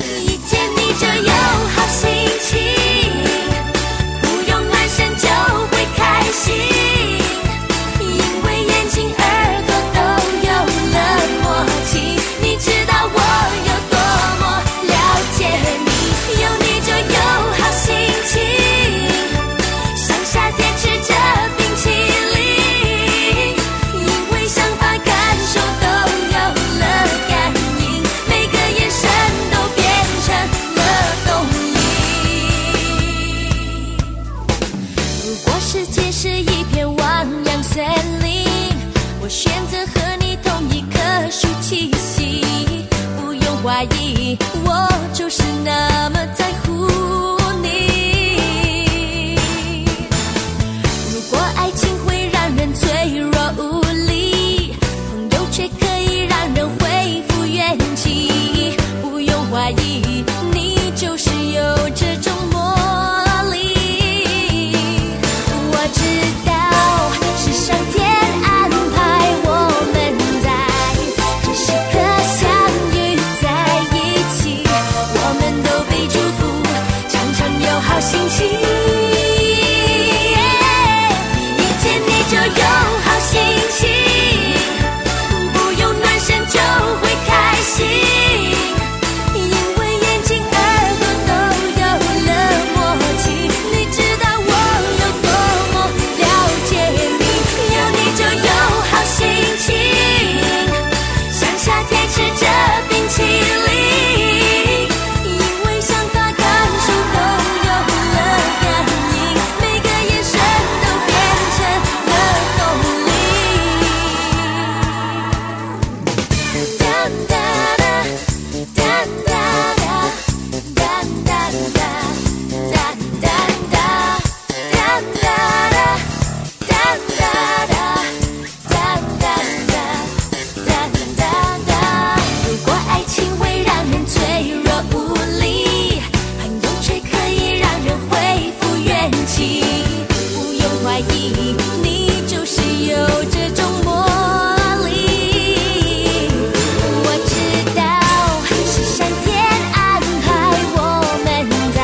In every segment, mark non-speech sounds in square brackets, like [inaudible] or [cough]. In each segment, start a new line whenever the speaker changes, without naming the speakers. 一见你就有好心情，不用暖身就会开心，因为眼睛耳朵都有了默契。你知道我有多么了解你，有你就有好心情，像夏天吃着冰淇淋，因为想法感受都有了感应，每个眼神都变成了动力。如果世界是一片汪洋森林，我选择和你同一棵树栖息，不用怀疑，我就是那么在乎你。如果爱情会让人脆弱无力，朋友却可以让人恢复元气。不用怀疑，你就是有这种魔力。我知道是上天啊安排我们在这时刻相遇在一起，我们都被祝福，常常有好心情。一见你就有好心情，不用暖身就会开心，因为眼睛耳朵都有了默契。你知道我有多么了解你，有你就有好心情，像夏天吃着冰淇淋，因为想法感受都有了感应，每个眼神都变成了动力。哒哒哒，哒哒哒，哒哒哒，哒哒哒，哒哒哒，哒哒哒，哒哒哒，哒哒哒。如果爱情会让人脆弱无力，朋友却可以让人恢复元气。不用怀疑，你就是有这种魔力。我知道是上天安排我们在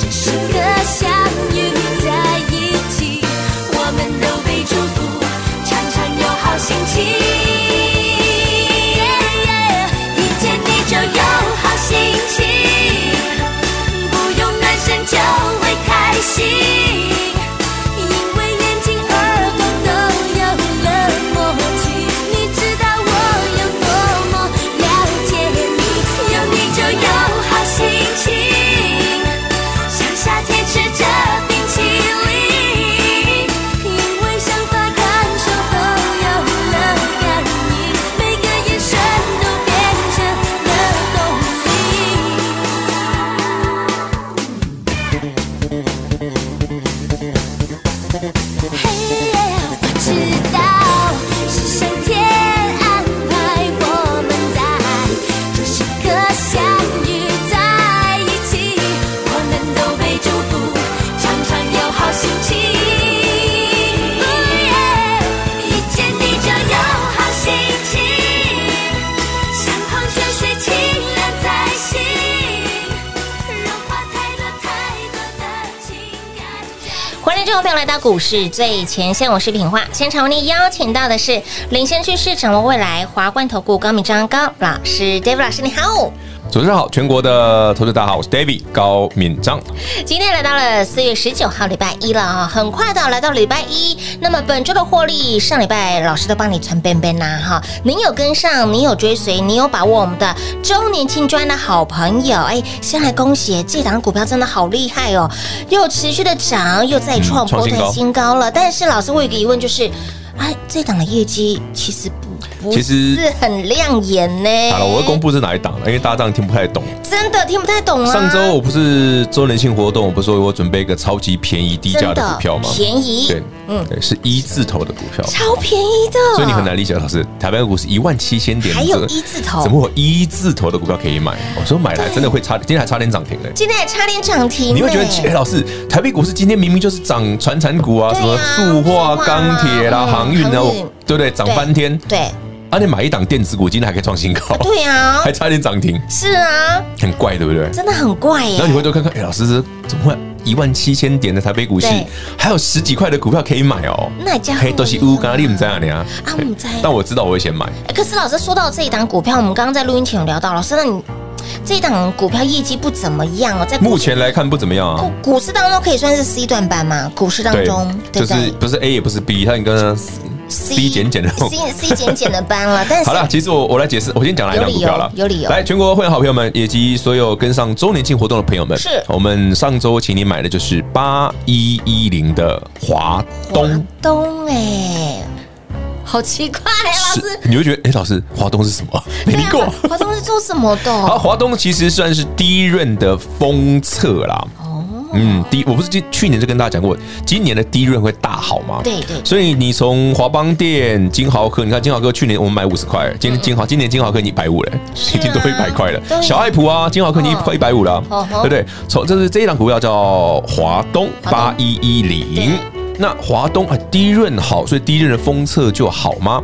这时刻相遇在一起，我们都被祝福，常常有好心情。一见你就有好心情，不用暖身就会开心，因为眼睛耳朵都有了默契。你知道我有多么了解你，有你就有好心情。像夏天吃着冰淇淋，因为想法感受都有了感应，每个眼神都变成了动力。嘿，我知道是上天安排我们在这时刻相遇在一起，我们都被祝福，常常有好心情。一见你就有好心情，像矿泉水清凉在心，融化太多太多的情感。
欢迎各位朋友来到股市最前线，我是品化。现场为您邀请到的是领先趋势、掌握未来华冠投顾高敏章高老师，David 老师，你好。
主持人好，全国的投资大家好，我是 David 高敏章。
今天来到了四月十九号礼拜一了啊，很快的来到礼拜一。那么本周的获利，上礼拜老师都帮你传边边啦哈，您有跟上，你有追随，你有把握我们的周年庆专的好朋友，哎，先来恭喜这档股票真的好厉害哦，又持续的涨，又再创
嗯
波
创新
段
高
新高了。但是老师我有一个疑问就是，哎，这档的业绩其实不不
其实
是很亮眼呢。
好了，我要公布是哪一档了，因为大家这样听不太懂。
真的听不太懂啊。
上周我不是周年庆活动，我不是说我准备一个超级便宜低价
真
的股票吗？
便宜，
对，嗯，对，是一字头的股票，
超便宜的，
所以你很难理解，老师，台湾股是一万七千点，
啊还有
这个
一字头
怎么会有一字头的股票可以买？我说买来真的会差，今天还差点涨停嘞。
今天还差点涨停呢，
你会觉得，哎、老师，台北股市今天明明就是涨传产股啊，
对啊
什么塑
塑
化、
化啊
钢铁啦、
嗯
航运啊，
航
我
运
对不对？涨翻天，
对
啊，你买一档电子股，今天还可以创新高，
对啊
哦还，差点涨停，
是啊，
很怪，对不对？
真的很怪耶
然后。你回头看看，哎、老师这怎么会一万七千点的台北股市
对，嗯
还有十几块的股票可以买哦？
那家伙
嘿，都是乌咖喱，你知道你啊
啊我不知道
但我知道我会先买，
哎可是老师说到这一档股票，我们刚刚在录音前有聊到，老师，那你这一档股票业绩不怎么样哦，在股
目前来看不怎么样啊
股。股市当中可以算是 C 段班嘛？股市当中，对
就
不对
是不是 A 也不是 B，它应该是 C 减减的那种
C C 减减的班了，但是
好啦，其实我我来解释，我先讲哪一档股票啦。
有理哦由有理由
来，全国会员好朋友们以及所有跟上周年庆活动的朋友们，
是
我们上周请你买的就是八一一零的华东
华。东哎，好奇怪啊，老师
是，，你会觉得，哎、老师，华东是什
[laughs]
么？没听过。
对啊华东是做什么
好，
的？
华东其实算是第一任的封测啦。
哦
嗯，第我不是去去年就跟大家讲过，今年的第一润会大好吗？
对对
所以你从华邦店、金豪科，你看金豪科去年我们买五十块，今天金豪今年金豪科你一百五了，
是
已
啊
经都一百块了。
对
小爱普啊，金豪科你
哦
快一百五了，
哦吼
对不对？从这是这一档股票叫华东
华
八一一
对
零。那华东啊，第一润好，所以第一润的封测就好吗？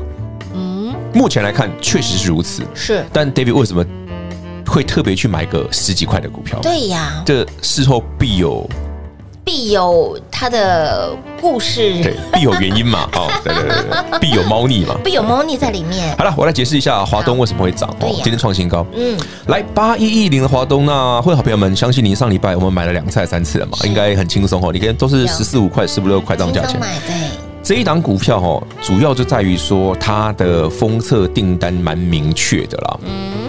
嗯，目前来看确实是如此。
是，
但 David 为什么会特别去买个十几块的股票？，
对呀，
这事后必有
必有他的故
对
事，
必有原因
[laughs]
嘛，哦，对对对对，必有猫腻嘛。
必有猫腻在里面。
好了，我来解释一下华东为什么会涨
对
哦
呀，
今天创新高。
嗯，
来八一一零的华东，那会好朋友们，相信您上礼拜我们买了两次还是三次了嘛，应该很轻松哦。你看都是
有
十四五块、十五六块这样
轻
价
松
钱。
买对，
这一档股票哦，主要就在于说它的封测订单蛮明确的啦。
嗯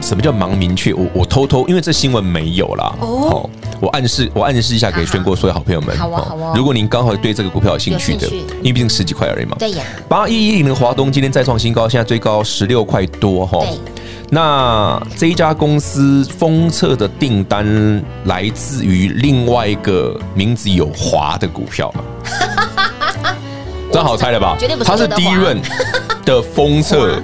什么叫蛮明确？我我偷偷，因为这新闻没有啦。
哦
哦，我暗示我暗示一下给全国所有好朋友们。
好啊好啊
如果您刚好对这个股票有兴趣的
有兴趣，
因为毕竟十几块而已嘛。
对呀，
八一一零的华东今天再创新高，现在最高十六块多哈。
对，
那这一家公司封测的订单来自于另外一个名字有“华”的股票
[laughs]
嘛，这样好猜了吧？
绝对不是
它是
刘德华
第一润的封测。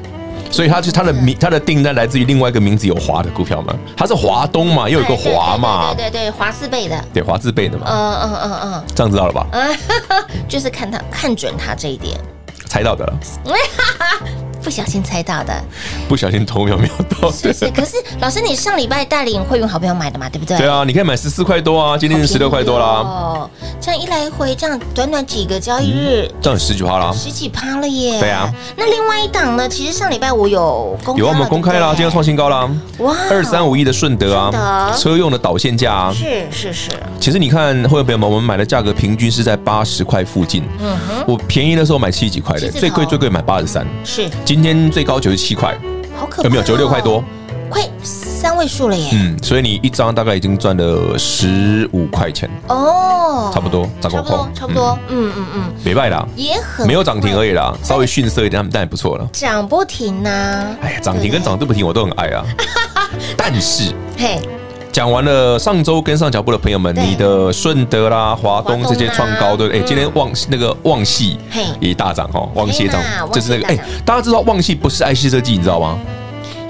所以它是它的名，它的订单来自于另外一个名字有“华”的股票嘛？它是华东嘛，又有一个
对对
华嘛，
对对对，对华四倍的，
对，华字辈的嘛，
嗯嗯嗯嗯
这样知道了吧？
嗯， [laughs] 就是看他看准他这一点，
猜到的了，
不小心猜到的，
不小心偷瞄瞄到
是
的。
是。 [laughs] 可是老师，你上礼拜带领会员好朋友买的嘛，对不对？
对啊，你可以买十四块多啊，今天是十六块多啊啦，
哦，这样一来一回，这样短短几个交易日，
这样十九趴啦。
十几趴了耶。
对啊。
那另外一档呢？其实上礼拜我有公开
有
了
啊，我们公开啦，今天创新高啦，
哇
二三五亿的顺德
顺德
啊，车用的导线价啊。
是是是，
其实你看，会员朋友们，我们买的价格平均是在八十块附近。
嗯哼，
我便宜的时候买七十几块的，
70
最贵
头
最贵买八十三，
是
今天最高九十七块，
好可怕哦
有没有九六块多？？
快三位数了耶。
嗯，所以你一张大概已经赚了十五块钱，
哦，
差不多，差
差不多，差不多，嗯嗯嗯，
嗯，没败啦，
也很
没有涨停而
已，
已啦，稍微逊色一点，但也不错了。
涨不停啊呐。
哎呀，涨停跟涨对不停我都很爱
[laughs]
啊，但是。
嘿，
讲完了上周跟上脚步的朋友们，
对
你的顺德啦、华
华东
东
啦
这些创高对不对？哎，
嗯
今天旺那个旺系
嘿
也大涨哦，旺系也涨
嗯天哪，
就是那个
旺系大
哎
涨，
大家知道旺系不是 IC 设计，你知道吗？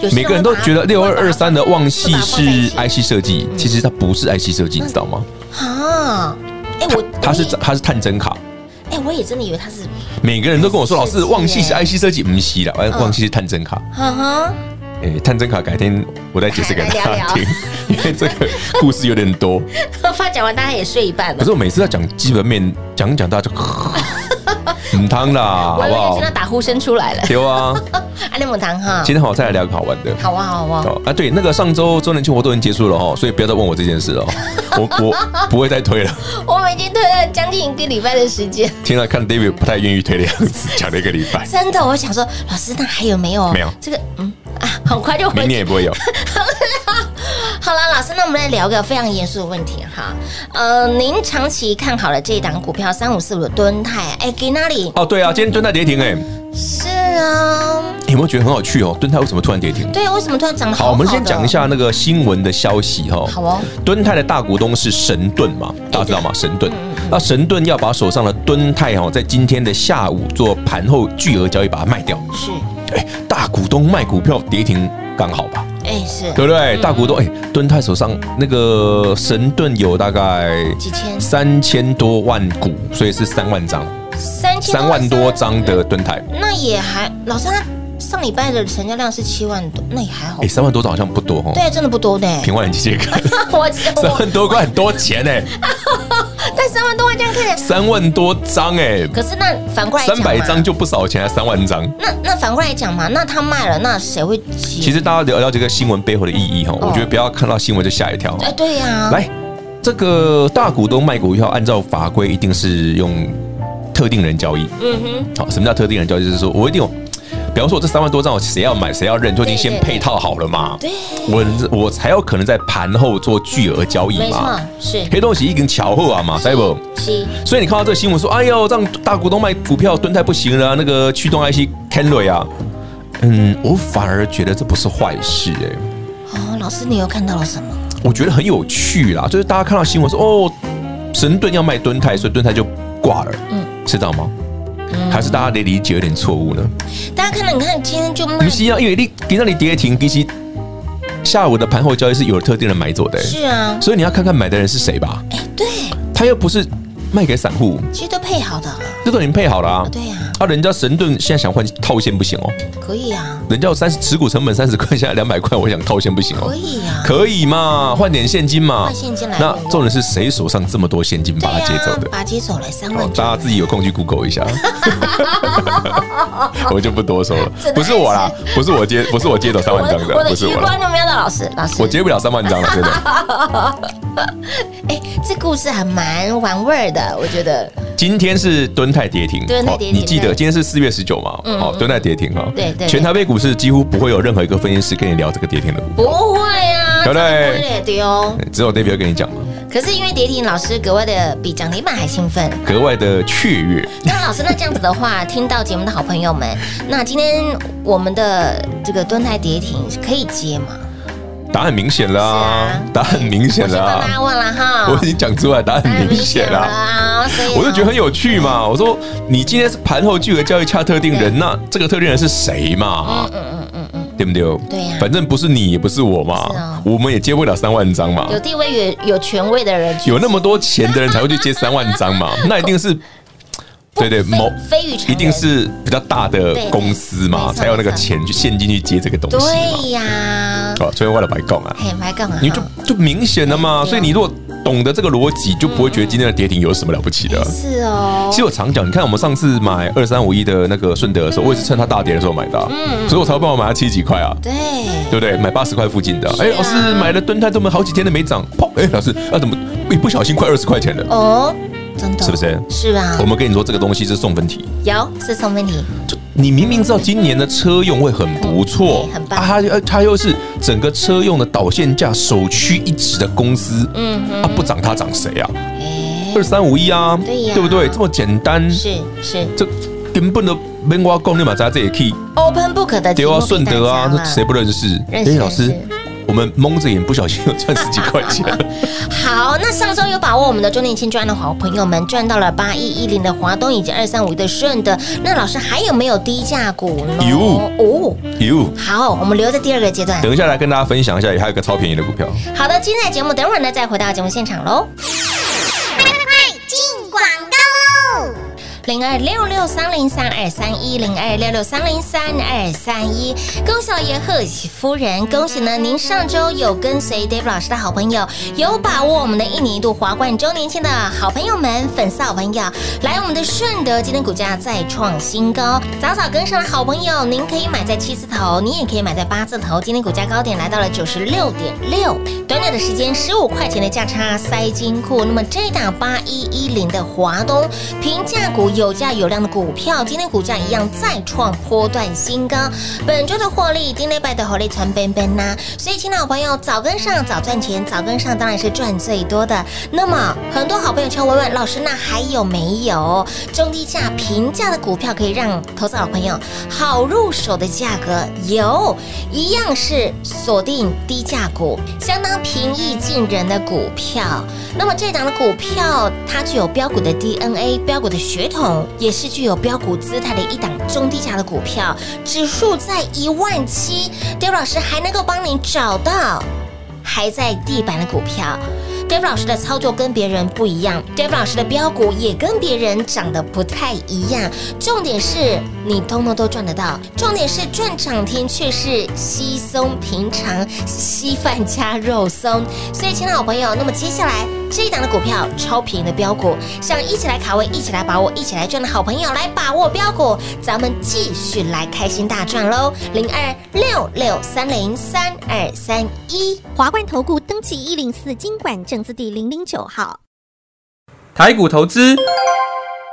有些
每个人都觉得六二二三的旺系是
哎
IC 设计，其实它不是 IC 设计，你知道吗？
啊，哎我
它是
我也
它是探针卡。
哎我也真的以为他是，
每个人都跟我说，老
设计
师，旺系是
耶
IC 设计，不是啦，
嗯
哎旺系是探针卡。
哈哈， [laughs]
哎，探针卡改天我再解释给大
来来
家
聊聊
听， [laughs] 因为这个故事有点多。
发讲完大家也睡一半
可
了
是。我每次要讲基本面，讲一讲大家就 [laughs] 唔汤啦，
[laughs] 我
好
以
不
为
好
听到？打呼声出来了，
对啊，
阿内姆堂哈，
今天好再来聊个好玩的。
好啊好啊，
哦啊，对，那个上周周年庆活动已经结束了哦，所以不要再问我这件事了哦，我我不会再推了。 [laughs]
我们已经推了将近一个礼拜的时间，
听了看 David 不太愿意推的样子，讲了一个礼
[laughs]
拜，
真的，我想说，老师那还有没有？
没有
这个，嗯啊，很快就回
明年也不会有。
好了，老师，那我们来聊个非常严肃的问题哈。呃，您长期看好了这一档股票三五四五的敦泰，哎，给哪里？
哦，对啊，今天蹲在跌停哎，
是看啊，
有没有觉得很有趣哦？敦泰为什么突然跌停？
对啊，为什么突然涨得好
好，我们先
的
讲一，下那个新闻的消息哈、
好哦，
敦泰的大股东是神盾嘛，大家知道吗？神盾，那神盾要把手上的敦泰哈、在今天的下午做盘后巨额交易把它卖掉。
是，
哎，大股东卖股票跌停刚好吧？
哎是
对不对？大股东哎，敦泰手上那个神盾有大概
几千
三千多万股，所以是三万张，
三千
三万多张的敦泰。
那也还，老师他上礼拜的成交量是七万多，那也还好
哎，。三万多张好像不多哦。
对，真的不多呢。
平万人姐姐，
[laughs] 我
[laughs] 三
我
万多块很多钱哎，
但三万多万这样看起来，
三万多张哎，
可是那反过来讲
三
嘛
百张。就不少钱，还三万张。
那那反过来讲嘛，那他卖了，那谁会接？
其实大家了了解这个新闻背后的意义哈，
哦
我觉得不要看到新闻就吓一跳哈
哎，。对呀，
来，这个大股东卖股票，按照法规一定是用特定人交易。
嗯哼，
好，什么叫特定人交易？就是说我一定有，比方说我这三万多张，我谁要买谁要认，就已经先
对对
配套好了嘛。
对，
我我才有可能在盘后做巨额交易
没错嗯
嘛。，
是
黑东西已经巧后啊嘛，塞不？
七
所以你看到这个新闻说，哎呦，让大股东卖股票，蹲太不行了啊、那个驱动 IC Canry 啊，嗯，我反而觉得这不是坏事哎、
哦，老师你又看到了什么？
我觉得很有趣啦，就是大家看到新闻说，哦，神盾要卖蹲泰，所以蹲泰就挂了，
嗯
是这样吗？还是大家的理解有点错误呢？
大家看到，你看今天就卖
不，是啊，因为你给那里跌停，其实下午的盘后交易是有特定人买走的、
是啊，
所以你要看看买的人是谁吧，
哎，对，
他又不是卖给散户，
其实都配好的了，
这都已经配好了啊。
哦对呀，
啊，人家神盾现在想换套现不行哦，
可以啊呀，
人家有三十持股成本三十块，现在两百块，我想套现不行哦
可。以呀，
可以嘛，换点现金嘛。
换现金来啊
那
用
重点是谁手上这么多现金把它接走的？
把它接走了三
哦
万，
大家自己有空去
[laughs]
Google 一下，我就不多说了
真的。
不是我啦，不是我接，不是我接走三
我
万张
的我
的，
的
不是
余
我啦
光，就瞄到老师，老师，
我接不了三万张了，
[laughs]
真的。
哎，这故事还蛮玩味儿的，我觉得。
今天是敦泰跌停，
敦泰
哦
跌停嗯
你记得今天是四月十九嘛？好，敦泰跌停哈。
对对
全台北股市几乎不会有任何一个分析师跟你聊这个跌停的股票，
不会啊，
对不对
对对哦。
只有哎 David 会跟你讲嘛，
可是因为跌停，老师格外的比涨停板还兴
[laughs]
奋。
格外的雀跃。
那老师，那这样子的话，听到节目的好朋友们，那今天我们的这个蹲台跌停可以接吗？
答案明显啦
是啊，
答案明显
我先帮大家
啦，
问了哈，
我已经讲出来，答案
当然
明显
了
啦。
啊，所以
我就觉得很有趣嘛，我说你今天是盘后巨额交易恰特定
嗯
人，那这个特定人是谁嘛？嗯嗯嗯嗯，对不对？
对呀
反正不是你，也不是我
是
嘛
啊，
我们也接不了三万张嘛
有，地位有有权位的人去
有那么多钱的人才会去接三万
[laughs]
张嘛，那一定是，对对，
非
某
非与常人
一定是比较大的
对
公司
没
嘛，
错
才有那个
没错
钱去现金去接这个东西嘛。
对呀，
哦，所以为了白讲啊。
嘿，来干嘛？
[laughs] 你就就明显了嘛。
对啊
所以你如果懂得这个逻辑，就不会觉得今天的跌停有什么了不起的。
是哦
其，实我常讲，你看我们上次买二三五一的那个顺德的时候，我也是趁它大跌的时候买的啊、
嗯
所以我才会帮我买它七十几块啊，
对，
对不对？买八十块附近的啊。
是啊嗯
哎，老师买了蹲泰，都没好几天都没涨，砰！哎，老师啊，怎么一不小心快二十块钱了？
哦，真的
是不是
是吧
我？们跟你说，这个东西是送分题。
有是送分题，
就你明明知道今年的车用会很不错
嗯，很棒
啊，它又它又是整个车用的导线价首屈一指的公司，嗯，啊不涨它涨谁啊？
哎，
二三五一啊，
对呀
不对？这么简单，
是是。
这根本的闷瓜公你马扎这也可以
Open Book 的题
丢
目
啊，
给
顺德
大
啊，
家
这
了
谁不认识？
认识
哎老师
认识，
我们蒙着眼不小心又赚十几块
[laughs]
钱，
好，那上周有把握我们的周年庆赚的好朋友们赚到了八一一零的华东以及二三五的顺德，那老师还有没有低价股呢？
有
哦，
哟。
好，我们留在第二个阶段。
等一下来跟大家分享一下，也还有一个超便宜的股票。
好的，精彩节目，等会儿呢再回到节目现场喽。
进广告喽！
零二六六三零三二三一零二六六三零三二三一，恭喜老爷贺喜夫人，恭喜呢！您上周有跟随 Dave 老师的好朋友，有把握我们的一年一度华冠周年庆的好朋友们、粉丝好朋友，来我们的顺德今天股价再创新高，早早跟上的好朋友，您可以买在七字头，你也可以买在八字头，今天股价高点来到了九十六点六，短短的时间十五块钱的价差塞金库，那么这档八一一零的华东平价股。有价有量的股票，今天股价一样再创波段新高。本周的获利，丁内拜的获利传奔奔呐。所以，亲爱的朋友，早跟上，早赚钱，早跟上当然是赚最多的。那么，很多好朋友敲问问老师，那还有没有中低价、平价的股票可以让投资好朋友好入手的价格？有，一样是锁定低价股，相当平易近人的股票。那么这档的股票，它具有标股的 DNA、标股的血统，也是具有标股姿态的一档中低价的股票，指数在一万七，丢老师还能够帮你找到还在地板的股票。Dave 老师的操作跟别人不一样，Dave 老师的标股也跟别人长得不太一样。重点是你通通都赚得到，重点是赚涨停却是稀松平常，稀饭加肉松。所以，亲爱的好朋友，那么接下来这一档的股票超便宜的标股，想一起来卡位、一起来把握、一起来赚的好朋友，来把握标股，咱们继续来开心大赚喽！零二六六三零三二三一。
华冠投顾登记一零四经管证字第零零九号。
台股投资，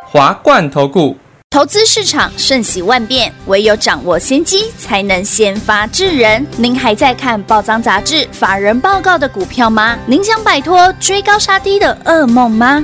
华冠投顾。
投资市场瞬息万变，唯有掌握先机，才能先发制人。您还在看报章杂志、法人报告的股票吗？您想摆脱追高杀低的噩梦吗？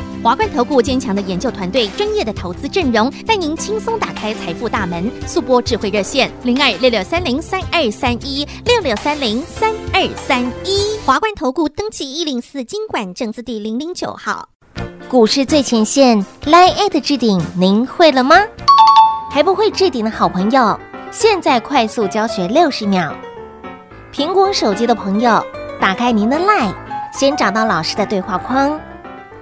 华冠投顾坚强的研究团队，专业的投资阵容，带您轻松打开财富大门。速播智慧热线零二六六三零三二三一六六三零三二三一。华冠投顾登记一零四经管证字第零零九号。
股市最前线 Line at 置顶，您会了吗？还不会置顶的好朋友，现在快速教学六十秒。苹果手机的朋友，打开您的 Line，先找到老师的对话框，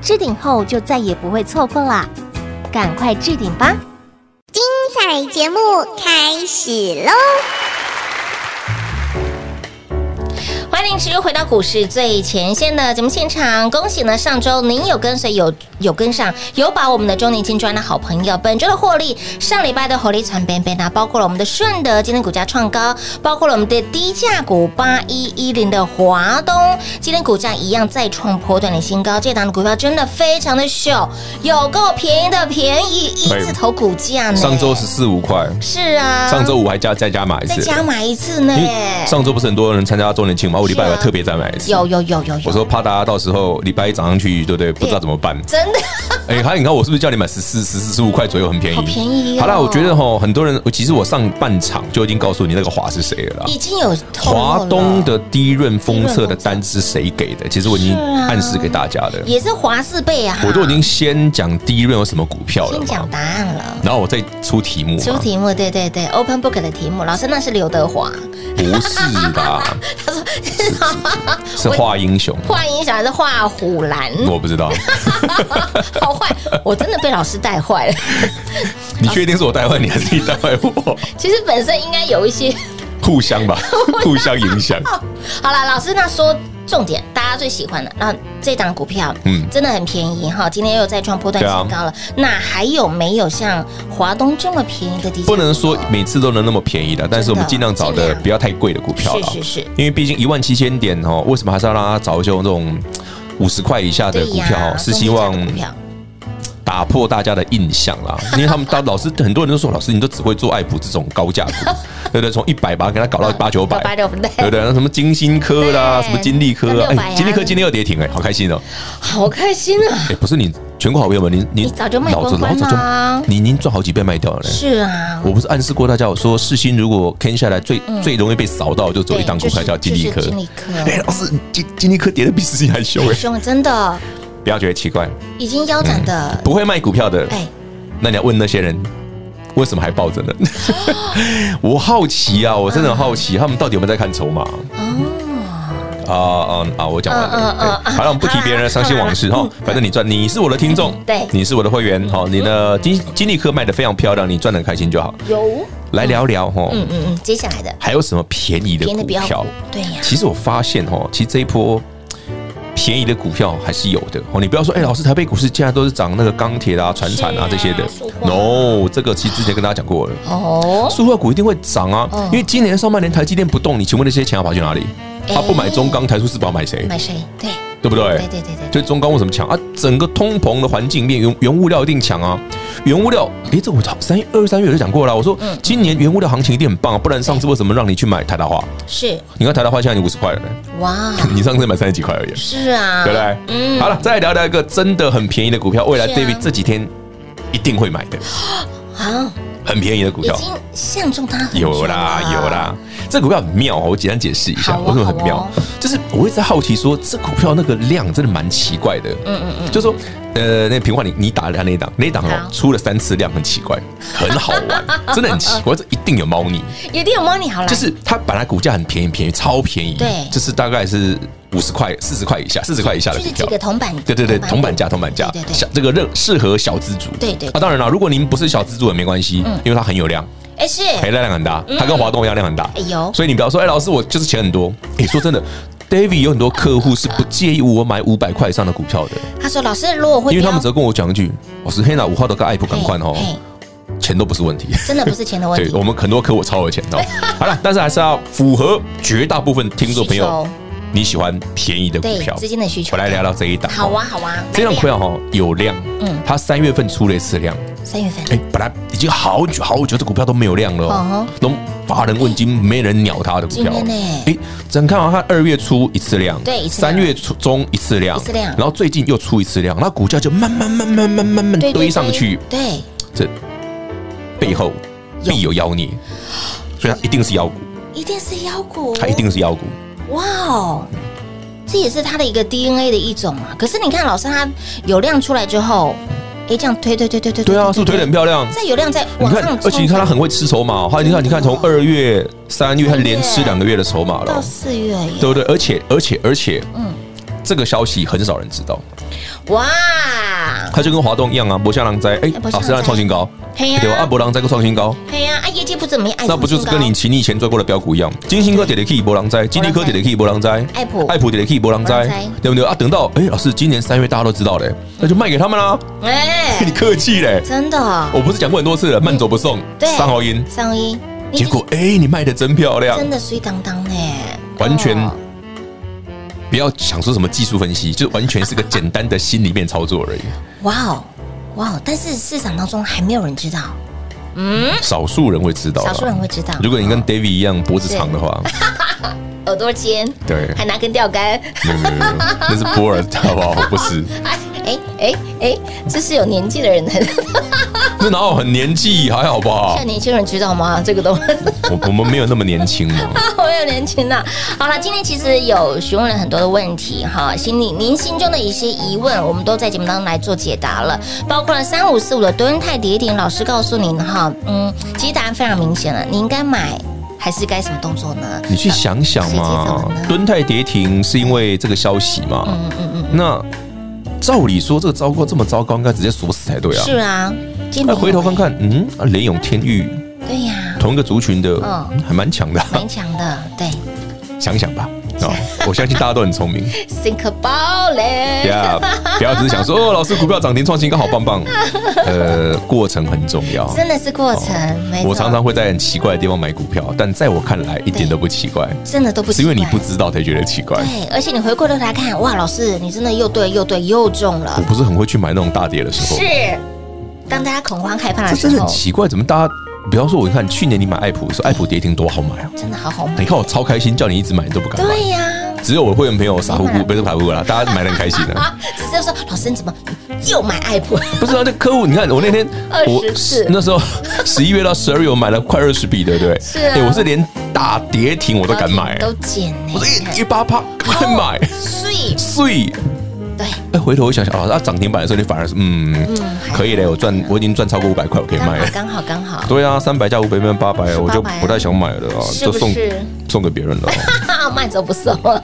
置顶后就再也不会错过啦，赶快置顶吧！
彩节目开始喽！
欢迎持续回到股市最前线的节目现场。恭喜呢，上周您有跟随有有跟上，有把我们的周年金砖的好朋友，本周的获利，上礼拜的获利传边边啊，包括了我们的顺德今天股价创高，包括了我们的低价股八一一零的华东，今天股价一样再创波段的新高。这档的股票真的非常的秀，有够便宜的便宜，一字头股价呢。
上周十四五块，
是啊，
上周五还加再加买一
再
次，
加买一次呢
因。为上周不是很多人参加周年庆吗？我礼拜
是
还
啊
特别再买一次。
有有有有有，
我说怕大家到时候礼拜一早上去，对不对？不知道怎么办。
真的
哎，还有你看我是不是叫你买十四、十四、十五块左右，很便宜？
好便宜哦
好啦，我觉得哈，很多人其实我上半场就已经告诉你那个华是谁了啦。
已经有透露了
哦华东的低润封测的单是谁给的？其实我已经
啊
暗示给大家的，
也是华四倍啊，
我都已经先讲低润有什么股票了
先
嘛
讲，答案了。
然后我再出题目
出
嘛。
题目，对对对，Open Book 的题目，老师那是刘德华， [laughs]
不是吧？
他说是
是画英雄，
画音响还是画虎兰？
我不知道。
好坏，我真的被老师带坏了。
你确定是我带坏你，还是你带坏
[laughs]
我？
其实本身应该有一些，
互
[laughs]
相吧，互相影响。
好啦，老师那说重点，大家最喜欢的，那这档股票，嗯
嗯，
真的很便宜哈，今天又再创波段
对啊
新高了。那还有没有像华东这么便宜的低价股？
不能说每次都能那么便宜的，但是我们尽量找
尽
的
量
不要太贵的股票了。
是是是
因为毕竟一万七千点哦，为什么还是要让它找一种这种五十块以下的
对
股
呀
票哦？是希望
中低价的股票
打破大家的印象啦。因为他们当老师，很多人都说老师，你都只会做爱普这种高价股， [laughs] 对不对？从一百把它给它搞到八九百，
八九百
对不对？那什么金星科啦，
对
什么金利科啦，
那六百啊
哎，金利科今天又跌停哎，好开心哦！
好开心啊！
哎，不是你全国好朋友们，你你
你早就卖光光啊
老早
啦
就你您赚好几倍卖掉了嘞。
是啊，
我不是暗示过大家，我说世新如果坑下来最、
嗯
最容易被扫到，就走一档股票叫金利科。 [laughs]
金利科，
哎、老师，金金利科跌的比世新还凶哎、
凶，真的。
不要觉得奇怪，
已经腰斩的，
不会卖股票的，
哎，
那你要问那些人为什么还抱着呢？
[laughs]
我好奇啊，我真的很好奇，他们到底有没有在看筹码？
哦，
啊啊啊！我讲
嗯
完
嗯
了，对
嗯
好了，我们不提别人的伤心往事
[laughs]
哈。反正你赚，你是我的听众，
对
你是我的会员，好，你的金金利科卖的非常漂亮，你赚的开心就好。
有，
来聊聊哈，
嗯嗯嗯，接下来的
还有什么便宜的
便宜
股
的比较
票
苦？，对呀，
其实我发现哦，其实这一波便宜的股票还是有的哦。你不要说，哎、老师，台北股市现在都是涨那个钢铁啦、船产啊这些的。
塑化
no，这个其实之前跟大家讲过了，
哦，
塑化股一定会涨啊，
嗯
因为今年上半年台积电不动，你请问那些钱要跑去哪里？
哎
他、不买中钢、台塑、四宝买谁？
买谁？对，
对不对？
对对对对对，
所以中钢为什么强啊？整个通膨的环境面，原原物料一定强啊。原物料，诶，这我早三月二三月就讲过了，我说
嗯
今年原物料行情一定很棒啊，不然上次为什么让你去买台达化？
是
你看台达化现在已经五十块
[laughs]
了呢。
哇，
你上次买三十几块而已，
是啊，
对不对？
嗯
好了，再来聊聊一个真的很便宜的股票，未来
是啊
David 这几天一定会买的，
好，
很便宜的股
已
票。
经相中他很久了啊
有啦有，啦，这股票很妙哦，我简单解释一下，
好哦
为什么很妙？
好哦
就是我一直在好奇说，这股票那个量真的蛮奇怪的，
嗯嗯嗯，
就说呃，那平话你你打了那一档，那一档哦
好
出了三次量，很奇怪，很好
[laughs]
玩，真的很奇怪，这一定有猫腻。
嗯有点有 money 好了，
就是它本来股价很便宜，便宜超便宜，
对
就是大概是五十块、四十块以下、四十块以下的
就
股
是
票
几。个铜板，
对对对，铜板
股
价，铜板价
对对，对
小这个任适合小资主。
对对对嗯
啊，当然了，如果您不是小资主也没关系，因为它很有量，
哎是，
哎，量很大，它跟华东一样量很大
哎。有
所以你不要说，哎，老师我就是钱很多。哎，说真的，David 有很多客户是不介意我买五百块以上的股票的，
他说老师，如果会
因
标，
为他们只要跟我讲一句，老师黑娜五号的个爱普赶快哦
嘿，嘿
钱都不是问题。
哎真的不是钱的问
[laughs] 对
题，
我们很多客户超有钱哦。好了，但是还是要符合绝大部分听众朋
需
友
求
你喜欢便宜的股
对
票。
资金的需求，
我来聊聊这一档。哦
好啊，好啊，
这
来
档
量
股票哈有量，
嗯
嗯，它三月份出了一次量，
三月份
哎，本来已经好久好久这股票都没有量了
嗯
哦，都乏人问津，没人鸟它的股
今
票。
天呢
哎，整看啊，它二月初一次量，
对一次量
三月初中一次量，
一次量
然后最近又出一次量，那股价就慢慢慢慢慢慢慢
对对
堆上去，
对，
这背后
有
必有妖孽，所以它一定是妖股，
一定是妖股，
它一定是妖股。
哇哦，这也是它的一个 DNA 的一种嘛。可是你看，老师他有量出来之后，哎，这样推推推推推，
对啊，是不是推的很漂亮？
再有量再
你
往
看
上，冲，
而且你看它很会吃筹码哦，它你看你看从二月、三月，它连吃两个月的筹码
到
了，
四月耶，
对不对？而且而且而且，
嗯
嗯，这个消息很少人知道，
哇，
它就跟华东一样啊，博香狼灾，哎
哎博，香
老
狼
师让创新高，
嘿
对吧？阿啊
呀，
博狼灾个创新高，
嘿呀，啊，业绩不怎么样，
那不就是跟你
爱冲
请你以前追过的标股一样？金星科跌的 key 博狼灾，金利科跌的 key 博狼灾，
爱普
爱普跌的 key 博狼
博狼
灾
灾，
对不对啊？等到哎，老师今年三月大家都知道嘞，
嗯
那就卖给他们啦，
高哎
[laughs] 你，客气嘞。
真的哦，
我不是讲过很多次了，慢走不送，
对
三毫银。
上一，你
结果哎、你卖的真漂亮，
真的水当当呢，
完全
哦
不要想说什么技术分析，就完全是个简单的心里面操作而已。
哇哦，哇哦！但是市场当中还没有人知道，
少数人会知道
嗯
啦，
少数人会知道。嗯
如果你跟 David 一样脖子长的话，
耳朵尖， [laughs]
对，
还拿根钓竿，
没有没有没有，那是波尔，好不好？不是，
哎哎哎哎，这是有年纪的人才，
这哪哦有很年纪，还好
[laughs]
吧
像？年轻人知道吗？这个都
我我们没有那么年轻嘛。
[laughs] 我有年轻啊。好了，今天其实有询问了很多的问题哈，心里您心中的一些疑问，我们都在节目当中来做解答了，包括了三五四五的蹲泰跌停，老师告诉您哈，嗯，其实答案非常明显了，你应该买还是该什么动作呢？嗯
你去想想
谁知道
嘛
呢，
敦泰跌停是因为这个消息嘛？
嗯嗯嗯
那照理说这个糟糕这么糟糕，应该直接锁死才对
嗯，
啊。
是啊，今天没有
那回头看
哎，
看，嗯，啊雷永天域
对呀，
同一个族群的，
嗯
还蛮强的啊、
蛮强的，对。
想
[laughs]
想吧。哦，我相信大家都很聪明
Think about it。 [laughs]
呀不要只是想说哦，老师股票涨停创新高，好棒棒。呃，过程很重要。
真的是过程，没错。
哦我常常会在很奇怪的地方买股票，但在我看来一点都不奇怪，
真的都不
是
习
因
惯
为你不知道才觉得奇怪。
对，而且你回过头来看，哇，老师，你真的又对又对又中了
我，不是很会去买那种大跌的时候，
是。啊当大家恐慌害怕
这
的时
真的很
候，
奇怪，怎么大家？比方说，我看去年你买爱普的时候，爱普跌停多好买啊！
真的好好
你
买。
看我超开心，叫你一直买你都不敢买。
对呀、
只有我会员朋友傻乎
你买
乎，不是傻乎乎啦，大家买的很开心的、
[laughs] 啊，只是说老师你怎么又买爱普？
不是啊，这客户，你看我那天我
20次
那时候十一月到十二月，我买了快二十笔，对不对？
是啊
哎我是连大跌停我都敢买，
都减呢、
我这
你看
一一八八赶快买，
所以
所以
对，
哎，回头我想想哦，那涨停板的时候，你反而是嗯，
嗯，还
可以嘞，我赚，我已经赚超过五百块，我可以
刚
卖
好
了。
刚好刚好，
对啊，三百加五百变八百，
是
我就
800啊
不太想买了啊，
是
就
不
送
是？
送给别人了。
啊，卖走不送了。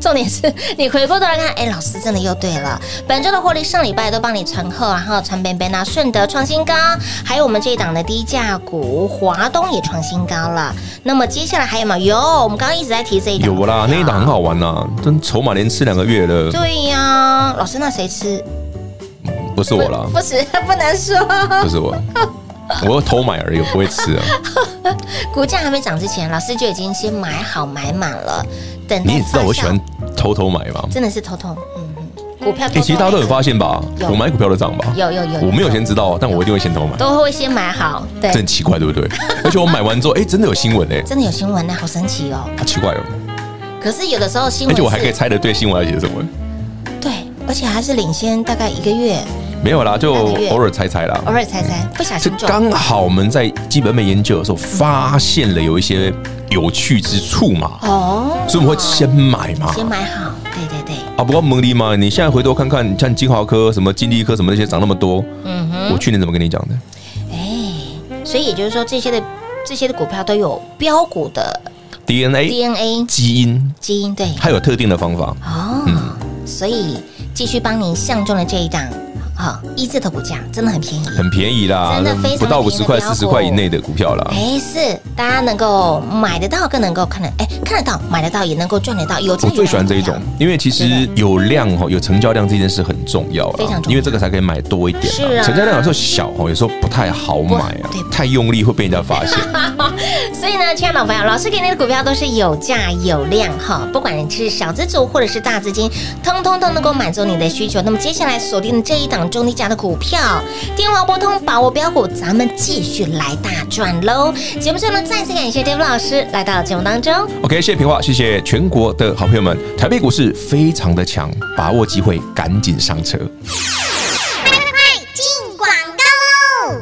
重点是你回过头来看，哎，老师真的又对了。本周的获利上礼拜都帮你存后，然后传边边啊，顺德创新高，还有我们这一档的低价股华东也创新高了。那么接下来还有吗？有，我们刚刚一直在提这 [laughs] 一档，
有啦，那一档很。好玩呐，真筹码连吃两个月了，
对呀、老师，那谁吃？
不是我啦，
不是，不能说。
不是
[laughs]
我，我偷买而已，我不会吃啊。
股价还没涨之前，老师就已经先买好买满了，等待
你也知道我喜欢
发
偷偷买嘛
酵，。真的是头痛。嗯嗯，股票偷
哎，
偷
其实大家都有发现吧？
有
我买股票都涨吧？
有有有，
我没有先知道，啊但我一定会先偷买。
都会先买好，对
这，很奇怪，对
[laughs]
不对？而且我买完之后，哎，真的有新闻哎，
真的有新闻呢，好神奇哦。
好奇怪哦。
可是有的时候新
而
闻是，
且我还可以猜得对新闻要写什么。
对，而且还是领先大概一个月，
没有啦，就
半个月
偶尔猜猜啦。
偶尔猜猜，不小
这
心中。
刚好我们在基本面研究的时候发现了有一些有趣之处嘛，
哦，
所以我们会先买嘛。
先买好，对对对，
啊，不过蒙迪嘛，你现在回头看看，像金豪科、什么金利科、什么那些涨那么多，
嗯哼，
我去年怎么跟你讲的？
哎，所以也就是说这些的这些的股票都有标股的
DNA
DNA
基因，
基因，对，
它有特定的方法。
哦，
嗯
所以继续帮您相中了这一档，好、一字头股价真的很便宜，
很便宜啦
真的非，常
不到五十块、
便宜的标
四十
股
块以内的股票啦。
哎，是大家能够买得到，更能够看得哎看得到，买得到，也能够赚得到。有
我最喜欢这一种，因为其
对
实有量哦，有成交量这件事很重要
非常
啦
重，要
因为这个才可以买多一点
是啊
啦。成交量有时候小哦，有时候不太好买啊
对，
太用力会被人家发现。
所以呢，亲爱的朋友，老师给你的股票都是有价有量哈，不管你是小资族或者是大资金，通通都能够满足你的需求。那么接下来锁定的这一档中低价的股票，电话拨通，把握标股，咱们继续来大赚喽！节目最后呢，再次感谢 David 老师来到节目当中。
OK，谢谢平话，谢谢全国的好朋友们。台北股市非常的强，把握机会，赶紧上车。
进广告喽！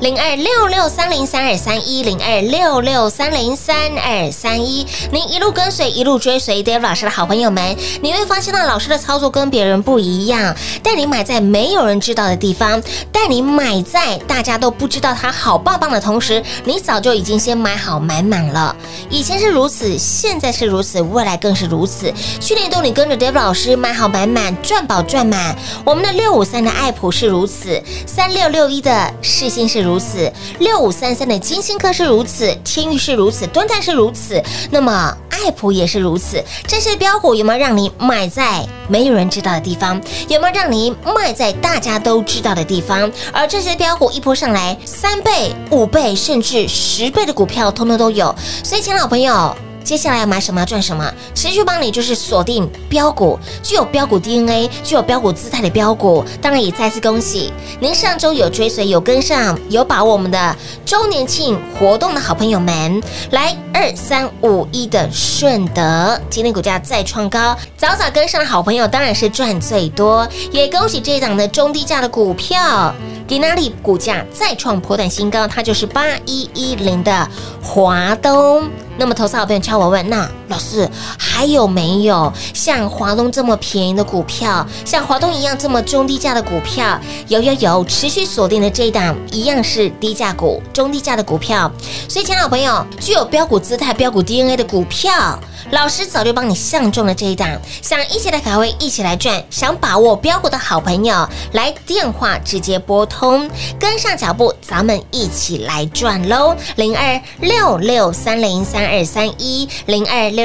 零二六六三零三二三一零二六六三零三二三一，您一路跟随，一路追随 Dave 老师的好朋友们，你会发现到老师的操作跟别人不一样，带你买在没有人知道的地方，带你买在大家都不知道它好棒棒的同时，你早就已经先买好买满了。以前是如此，现在是如此，未来更是如此。去年都你跟着 Dave 老师买好买满，赚饱赚满。我们的六五三的爱普是如此，三六六一的世新是如此，六五三三的金星科是如此，天域是如此，敦泰是如此。那么爱普也是如此。这些标股有没有让你买在没有人知道的地方？有没有让你卖在大家都知道的地方？而这些标股一波上来，三倍、五倍甚至十倍的股票，通通都有。所以，亲爱的朋友。接下来要买什么要赚什么，持续帮你就是锁定标股，具有标股 DNA、具有标股姿态的标股。当然也再次恭喜您上周有追随、有跟上、有把握我们的周年庆活动的好朋友们。来，二三五一的顺德，今天股价再创高，早早跟上的好朋友当然是赚最多，也恭喜这一档的中低价的股票。迪纳利股价再创破断新高，它就是八一一零的华东。那么，投资好朋友敲我问，那老师还有没有像华东这么便宜的股票，像华东一样这么中低价的股票？有有有，持续锁定的这一档一样是低价股、中低价的股票。所以，亲爱的朋友，具有标股姿态、标股 DNA 的股票，老师早就帮你相中了这一档，想一起来卡位，一起来赚，想把握标股的好朋友，来电话直接拨通，跟上脚步，咱们一起来赚喽！零二六六三零三二三一，零二六